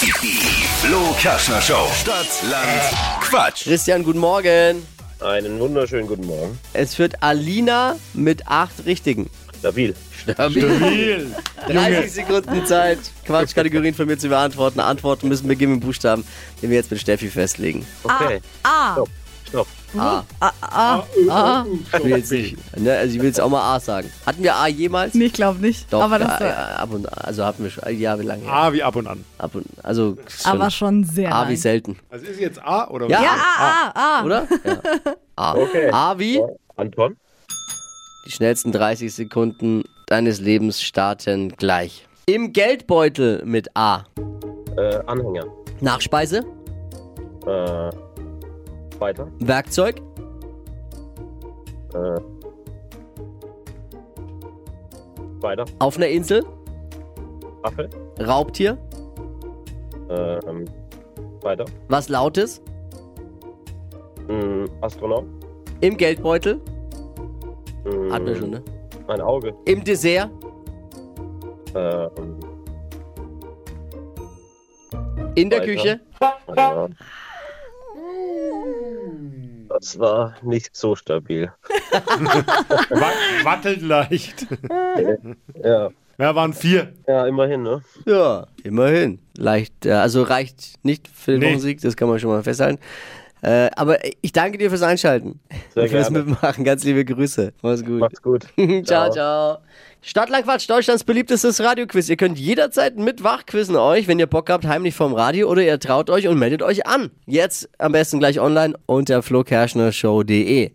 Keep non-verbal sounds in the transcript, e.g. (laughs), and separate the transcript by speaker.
Speaker 1: Die Flo Kaschner Show. Stadt, Land, Quatsch.
Speaker 2: Christian, guten Morgen.
Speaker 3: Einen wunderschönen guten Morgen.
Speaker 2: Es führt Alina mit acht Richtigen.
Speaker 3: Stabil.
Speaker 2: 30 Sekunden Zeit, Quatschkategorien von mir zu beantworten. Antworten müssen beginnen mit Buchstaben, den wir jetzt mit Steffi festlegen.
Speaker 3: Okay.
Speaker 4: Ah,
Speaker 3: Stopp. Stopp.
Speaker 2: Ich will jetzt nicht, ne, also ich will jetzt auch mal A sagen. Hatten wir A jemals?
Speaker 4: nee, ich glaube nicht.
Speaker 2: Doch,
Speaker 4: aber das
Speaker 2: ja,
Speaker 4: war,
Speaker 2: ja, ab und also hatten wir schon, ja, wie lange? her?
Speaker 5: A Ah, wie ab und an.
Speaker 2: Ab und, also schon,
Speaker 4: aber schon sehr
Speaker 2: A Ah, wie
Speaker 4: lang.
Speaker 2: selten,
Speaker 5: Also ist jetzt A oder
Speaker 2: Ja.
Speaker 5: was?
Speaker 4: Ah, ah,
Speaker 2: (laughs)
Speaker 4: ah.
Speaker 2: oder? Ja. A.
Speaker 3: Okay.
Speaker 2: A wie
Speaker 3: Anton?
Speaker 2: die schnellsten 30 Sekunden deines Lebens starten gleich. Im Geldbeutel mit A.
Speaker 3: Äh, Anhänger.
Speaker 2: Nachspeise,
Speaker 3: Äh, weiter.
Speaker 2: Werkzeug,
Speaker 3: Äh, weiter.
Speaker 2: auf einer Insel,
Speaker 3: Waffe.
Speaker 2: Raubtier,
Speaker 3: Ähm, weiter.
Speaker 2: was Lautes,
Speaker 3: Ein Mm, Astronaut.
Speaker 2: im Geldbeutel,
Speaker 3: Ein-
Speaker 2: hatten wir schon, ne?
Speaker 3: Ein Auge.
Speaker 2: Im Dessert,
Speaker 3: Ähm,
Speaker 2: in der
Speaker 3: Weiter.
Speaker 2: Küche,
Speaker 4: Ah.
Speaker 3: äh, das war nicht so stabil.
Speaker 5: Wa wackelt leicht.
Speaker 3: Ja.
Speaker 5: Ja, waren vier.
Speaker 3: Ja, immerhin, ne?
Speaker 2: Ja, immerhin. Leicht, äh, also reicht nicht für den
Speaker 5: Nee.
Speaker 2: Wochensieg, das kann man schon mal festhalten. Äh, aber ich danke dir fürs Einschalten.
Speaker 3: Sehr
Speaker 2: (laughs) fürs
Speaker 3: gerne.
Speaker 2: Mitmachen. Ganz liebe Grüße. Mach's gut.
Speaker 3: Macht's gut.
Speaker 2: (laughs) ciao, ciao. Stadtlangquatsch, Deutschlands beliebtestes Radioquiz. Ihr könnt jederzeit mit wachquissen euch, wenn ihr Bock habt, heimlich vom Radio oder ihr traut euch und meldet euch an. Jetzt am besten gleich online unter flokerschnershow.de.